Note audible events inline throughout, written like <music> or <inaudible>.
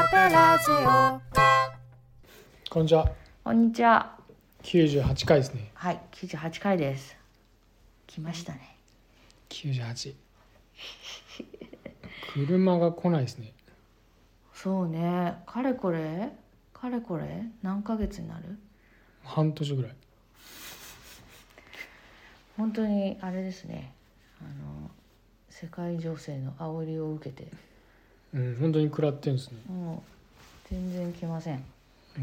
ジオこんにちは。こんにちは九十八回ですね。はい98回です来ましたね九十八。車が来ないですね。そうねかれこれかれこれ何ヶ月になる半年ぐらい。本当にあれですねあの世界情勢の煽りを受けてうん、本当に食らってんですね。もう全然来ません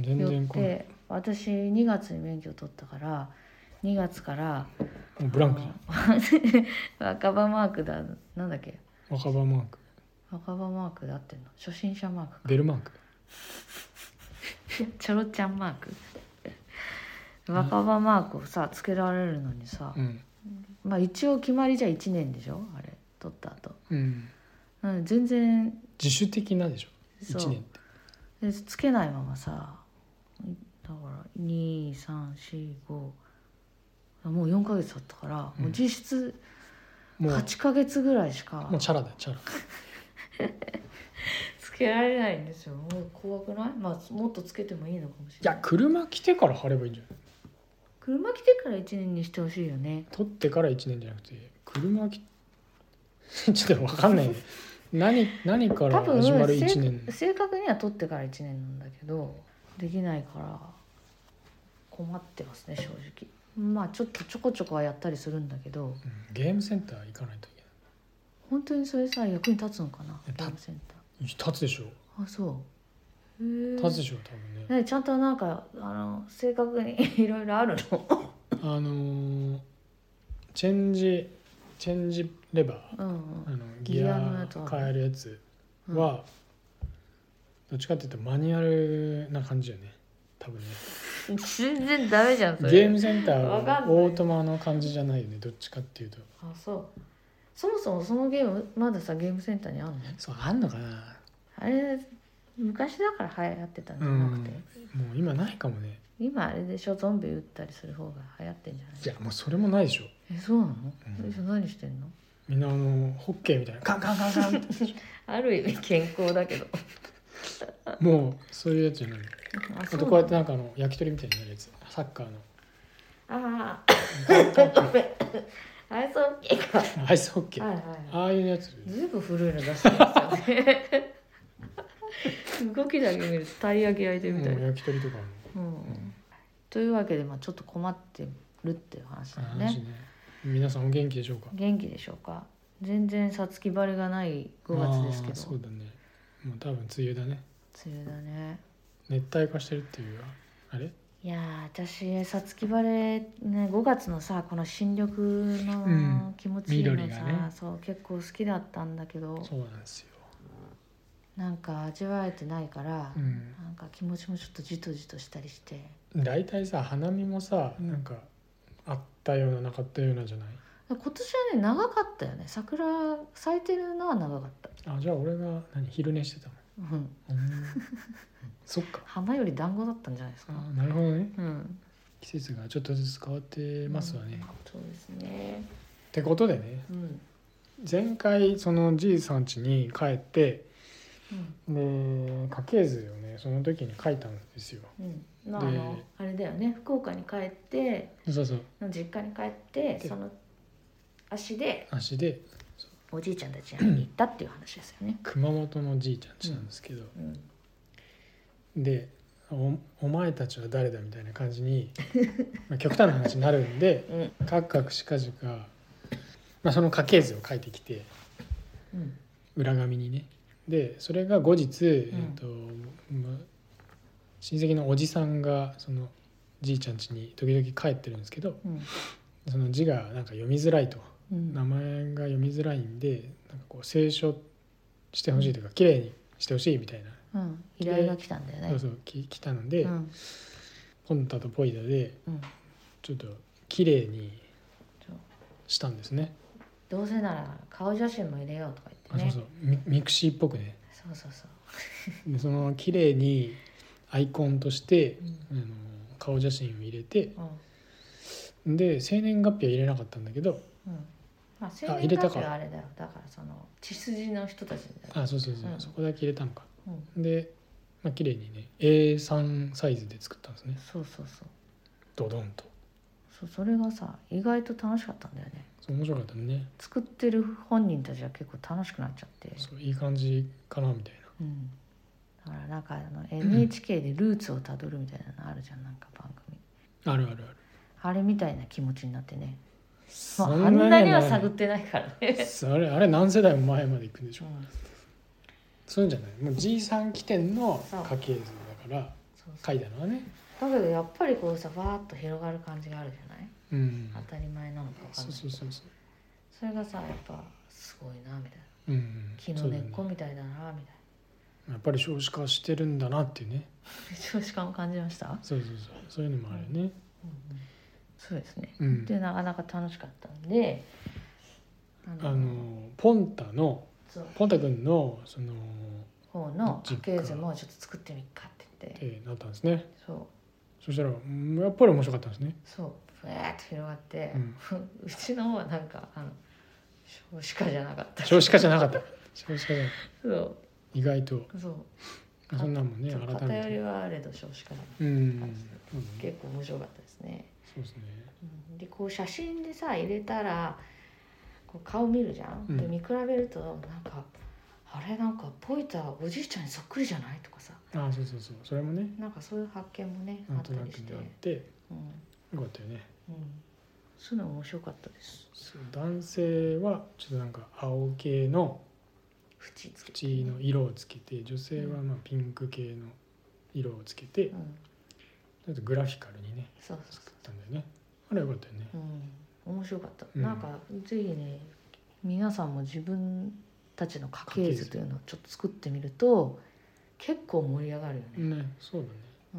全よ然っ来ない。て私2月に免許取ったから2月からもうブランクじあの <laughs> 若葉マークだなんだっけゃん。若葉マーク、若葉マークだってんの初心者マークベルマーク。チョロちゃんマーク若葉マークをさつけられるのにさ、うん、まあ一応決まりじゃ1年でしょあれ取った後うん。なので全然自主的なでしょ。一そう年って。でつけないままさだから2345もう4ヶ月経ったから、うんもう実質もう、 8ヶ月ぐらいしかもうチャラだよチャラ。つけられないんですよもう怖くないまあもっとつけてもいいのかもしいれやない車来てから貼ればいいんじゃない。車来てから1年にしてほしいよね取ってから一年じゃなくて車来 <laughs> ちょっとわかんない。何何から多分始まる一年。正正確には取ってから1年なんだけどできないから困ってますね正直まあちょっとちょこちょこはやったりするんだけどうんゲームセンター行かないといけ本当にそれさ役に立つのかなえゲームセンタない。立つでしょ。ーあそうへえ立つでしょ多分ね。ねちゃんとなんかあの正確に <laughs> いろいろあるのあのーチェンジチェンジレバーうんあのギギアのやアつは変えるやつうんは、どっちかっていうとマニュアルな感じよね多分ねうん全然ダメじゃんそれゲームセンターわかんはないオートマの感じじゃないよねどっちかっていうとあそうそもそもそのゲームまださゲームセンターにあんのそうあんのかなあれ昔だから流行ってたんじうゃんなもくて、う今ないかもね今あれでしょゾンビ撃ったりする方が流行ってんじゃないいやもうそれもないでしょえそうなの、うんそれ何してんのみんなあのホッケーみたいなカンカンカンカンって <laughs> ある意味健康だけどもうそういうやつじゃないああとこうやってなんかあの焼き鳥みたいになるやつサッカーのあカンカンカンあアイスホッケーかは <laughs> アイスホッケいーはいはああいうやついずいぶん古いの出してますよね <laughs> 動きだけ見るとたい焼き焼いてるみたいもうな、焼き鳥とかのうんというわけで、まあ、ちょっと困ってるっていう話だよ話ねね皆さんお元気でしょうか元気でしょうか全然さつき張りがない5月ですけあーそどうだねもう多分梅雨だね梅雨だね熱帯化してるっていうあれいやー私さつきバレね5月のさこの新緑うんの気持ちいいのさ、緑がねそう結構好きだったんだけどそうなんですよ、なんか味わえてないから、うん、なんか気持ちもちょっとじとじとしたりして大体さ花見もさうんなんかあったようななかったようなじゃない今年はね長かったよね桜咲いてるのは長かった、あじゃあ俺が何昼寝してたのううん、んそっか花より団子だったんじゃないですあかーなるほどねうん季節がちょっとずつ変わってますわね、うんっそうですねてことでねうん前回そのじいさん家に帰ってうんで家系図をねその時に書いたんですようんまああのであれだよね福岡に帰ってそうそう実家に帰ってでその足で足でおじいちゃんたちに会いに行ったっていう話ですよね。熊本のじいちゃんちなんですけど、うん、でお「お前たちは誰だ?」みたいな感じ <laughs> にまあ極端な話になるんでうんカクカクしかじか、まあ、その家系図を書いてきてうん裏紙にねでそれが後日、えーとまあ親戚のおじさんがそのじいちゃん家に時々帰ってるんですけどうんその字がなんか読みづらいと。うん名前が読みづらいんでなんかこう清書してほしいというか綺麗にしてほしいみたいな、うん、依頼が来たんだよね。そうそうき来たので、うんポンタとポイダでうん、ちょっと綺麗にそうしたんですねどうせなら顔写真も入れようとかあ言ってそねう。そうミミクシーっぽくねそうそうそうでその綺麗にアイコンとしてうんあの顔写真を入れてうんで生年月日は入れなかったんだけどうんまあ、生入れ年た月か日はあれだよだからその血筋の人たちだよ、あそうそうそう、うんそこだけ入れたのかうんでまあ綺麗にね A3 サイズで作ったんですねそうそうそうドドンとそうそれがさ意外と楽しかったんだよねそう面白かったね作ってる本人たちは結構楽しくなっちゃってそういい感じかなみたいなうんだからなんかあの NHK でルーツをたどるみたいなのあるじゃんなんか番組あるあるあるあれみたいな気持ちになってね、まあ、そあんなにはない探ってないからね、それあれ何世代も前まで行くんでしうょんそういうんじゃないもうじいさん起点の家系図だからそうそ書いたのはねうだけどやっぱりこうさわーっと広がる感じがあるじゃないうん当たり前なのかわかそんなういそうそうそそれがさやっぱすごいなみたいなううん木そのうだ根よっねこみたいだなみたいやっぱり少子化してるんだなっていうねな少子化を感じました、そうそうそうそういうのもあるよねそうですね、うんでなかなか楽しかったんであのポンタのそうポンタ君のその方の実家家系図もちょっと作ってみっかって言って、えーなったんですねそうそしたらうんやっぱり面白かったんですねそうふわーっと広がって、う <laughs> うんちの方はなんかあの少子化じゃなかった少子化じゃなかった少子化じゃない <laughs> そう意外とそうそんなんもねそう改め偏りてはあれど少子化だうんそうだね結構面白かったですね、そうですねうんでこう写真でさ入れたらこう顔見るじゃん、うんで見比べるとなんかあれなんかポイターおじいちゃんにそっくりじゃないとかさあそうそうそうそれもねなんかそういう発見もねあなんっとたなくりして、あってうんよかったよねうん、そういうの面白かったですそう男性はちょっとなんか青系の縁つけて縁の色をつけて女性はまあピンク系の色をつけてうんちょっとグラフィカルにねそうそう作ったんだよねあれよかったよねうん、面白かった、うんなんかぜひね皆さんも自分たちの家系図というのをちょっと作ってみると結構盛り上がるよね、ねそうだ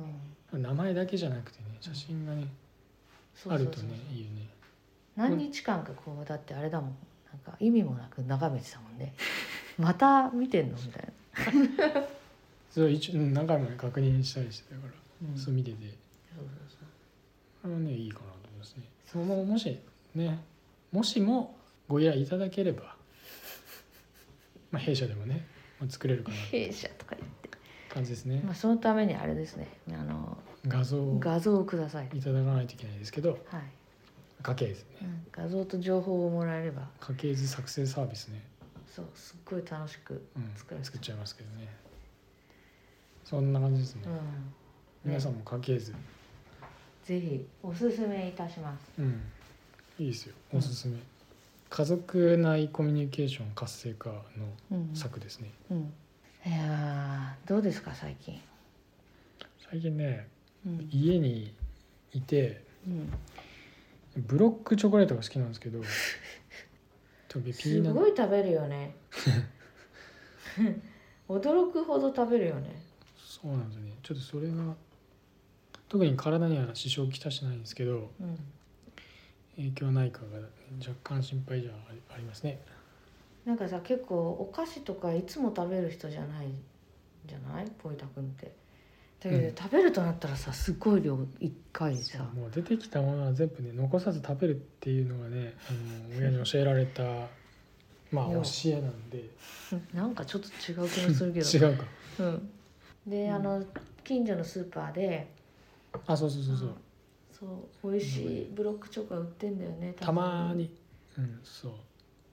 ねうん名前だけじゃなくてね写真がねそうあそうるそうとねいいよね何日間かこうだってあれだもんなんか意味もなく眺めてた <laughs> もんねまた見てんのみたいな、それを一応うん何回もね確認したりしてたからうんそう見ててあれはねいいかなと思いますねそうもうもしねもしもご依頼いただけれ <laughs> ばまあ弊社でもねまあ作れるかなって弊社とか言って、感じですねまあ、そのためにあれですねあの画像を画像をください、いただかないといけないですけどはい家系図ねうん、画像と情報をもらえれば家系図作成サービスね、そうすっごい楽しく、うん、作れ作るっちゃいますけどねそんな感じですね、うん、皆さんも家系図、ぜひおすすめいたします。うん、いいですよおすすめ、家族内コミュニケーション活性化のうん策ですね、うん、いやーどうですか最近。最近ねうん家にいてうん、ブロックチョコレートが好きなんです <laughs> けどとピすーナッごい食べるよね。 <laughs> 驚くほど食べるよね。そうなんですよねちょっとそれが特に体には支障をきたしてないんですけどうん、影響ないかが若干心配じゃありありますねなんかさ結構お菓子とかいつも食べる人じゃないじゃないポイタ君って。だけど、うん食べるとなったらさすごい量一回でさ。もう出てきたものは全部ね残さず食べるっていうのがねあの親に教えられ <laughs> たまあい教やえなんでなんかちょっと違う気もするけ <laughs> ど。違うかうん、で、あの近所のスーパーで。あそうそうそうそうそう美味しいブロックチョコが売ってんだよねたまにうんそう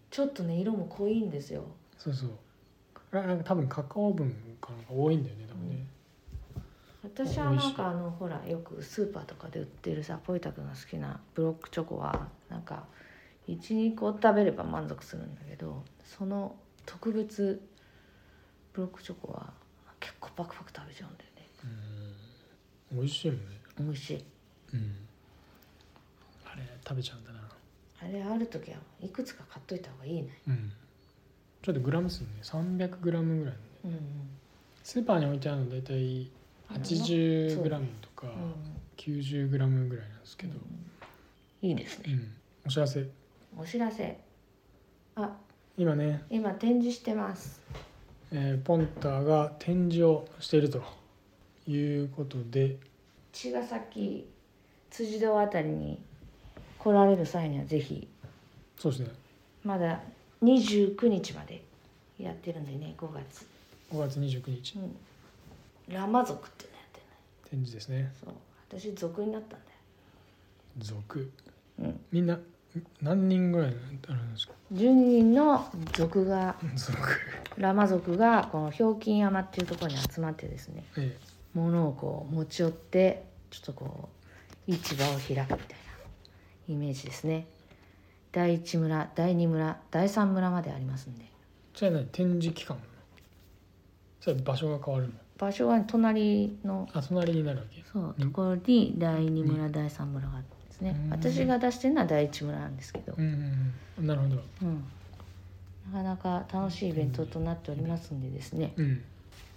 ちょっとね色も濃いんですよそうそうあなんか多分カカオ分かなんか多いんだよね多分ね、私はなんかあのほらよくスーパーとかで売ってるさポイタ君の好きなブロックチョコはなんか12個食べれば満足するんだけどその特別ブロックチョコは結構パクパク食べちゃうんだよねうん、美味しいもんね美味しいうんあれ食べちゃうんだなあれある時はいくつか買っといた方がいいねうんちょっとグラム数ね300グラムぐらいのねうんスーパーに置いてあるの大体80グラムとかうんうん90グラムぐらいなんですけど、いいですうねん、お知らせお知らせあ今ね、今展示してますえーポンターが展示をしているということで茅ヶ崎辻堂あたりに来られる際にはぜひそうですねまだ29日までやってるんでね5月、 5月29日うんラマ族っていうのやってな展示ですねいそう私族になったんだ族よ、みんな何人ぐらいあるんですかうん、10人の族が <laughs> 族ラマ族がこのひょうきん山っていうところに集まってですねえ物をこう持ち寄ってちょっとこう市場を開くみたいなイメージですね第1村第2村第3村までありますんでえそれは何展示期間なのそれは場所が変わるの場所は隣のあ隣になるわけそううとんころに第2村第3村があるんですねうん私が出してるのは第1村なんですけどう、んうんうんなるほどうん、なかなか楽しいイベントとなっておりますんでですねうん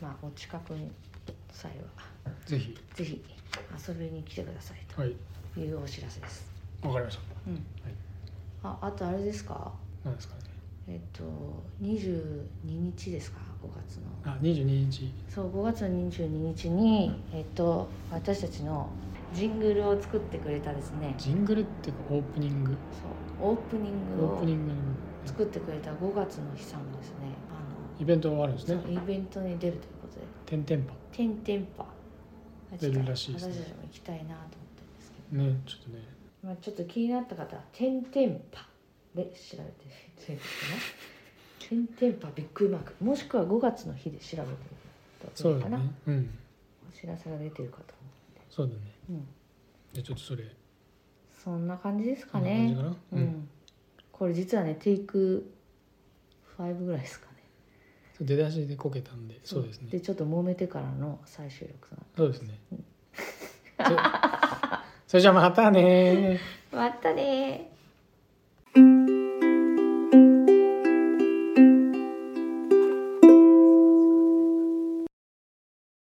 まあお近くに際はぜひぜひ遊びに来てくださいはいというお知らせです、わかりましたうんああとあれですか何ですかねえっと22日ですか5月のあ22日そう5月の22日にえっと私たちのジングルを作ってくれたですねジングルっていうかオープニングそうオープニオングープニをングの作ってくれた5月の日さんですねイベントがあるんですあのねそうイベントに出るということで点々パ「てんてんぱ」出るらしいで私すたねちも行きたいなと思ってるんですけど、ねちょっとねまあ、ちょっと気になった方は「てんてんぱ」で調べてみてください「てんてんぱ」ビッグマークもしくは5月の日で調べてみるとそいういかだな、ねうんお知らせが出てるかとそうだね思う、うん、じゃあちょっとそれそんな感じですこかんな感じねかなうん、これ実はねテイク5ぐらいですかね出だしでこけたんでそうですねでちょっと揉めてからの最終力さんそうです <laughs> ねそそれじゃあまたねーまたねー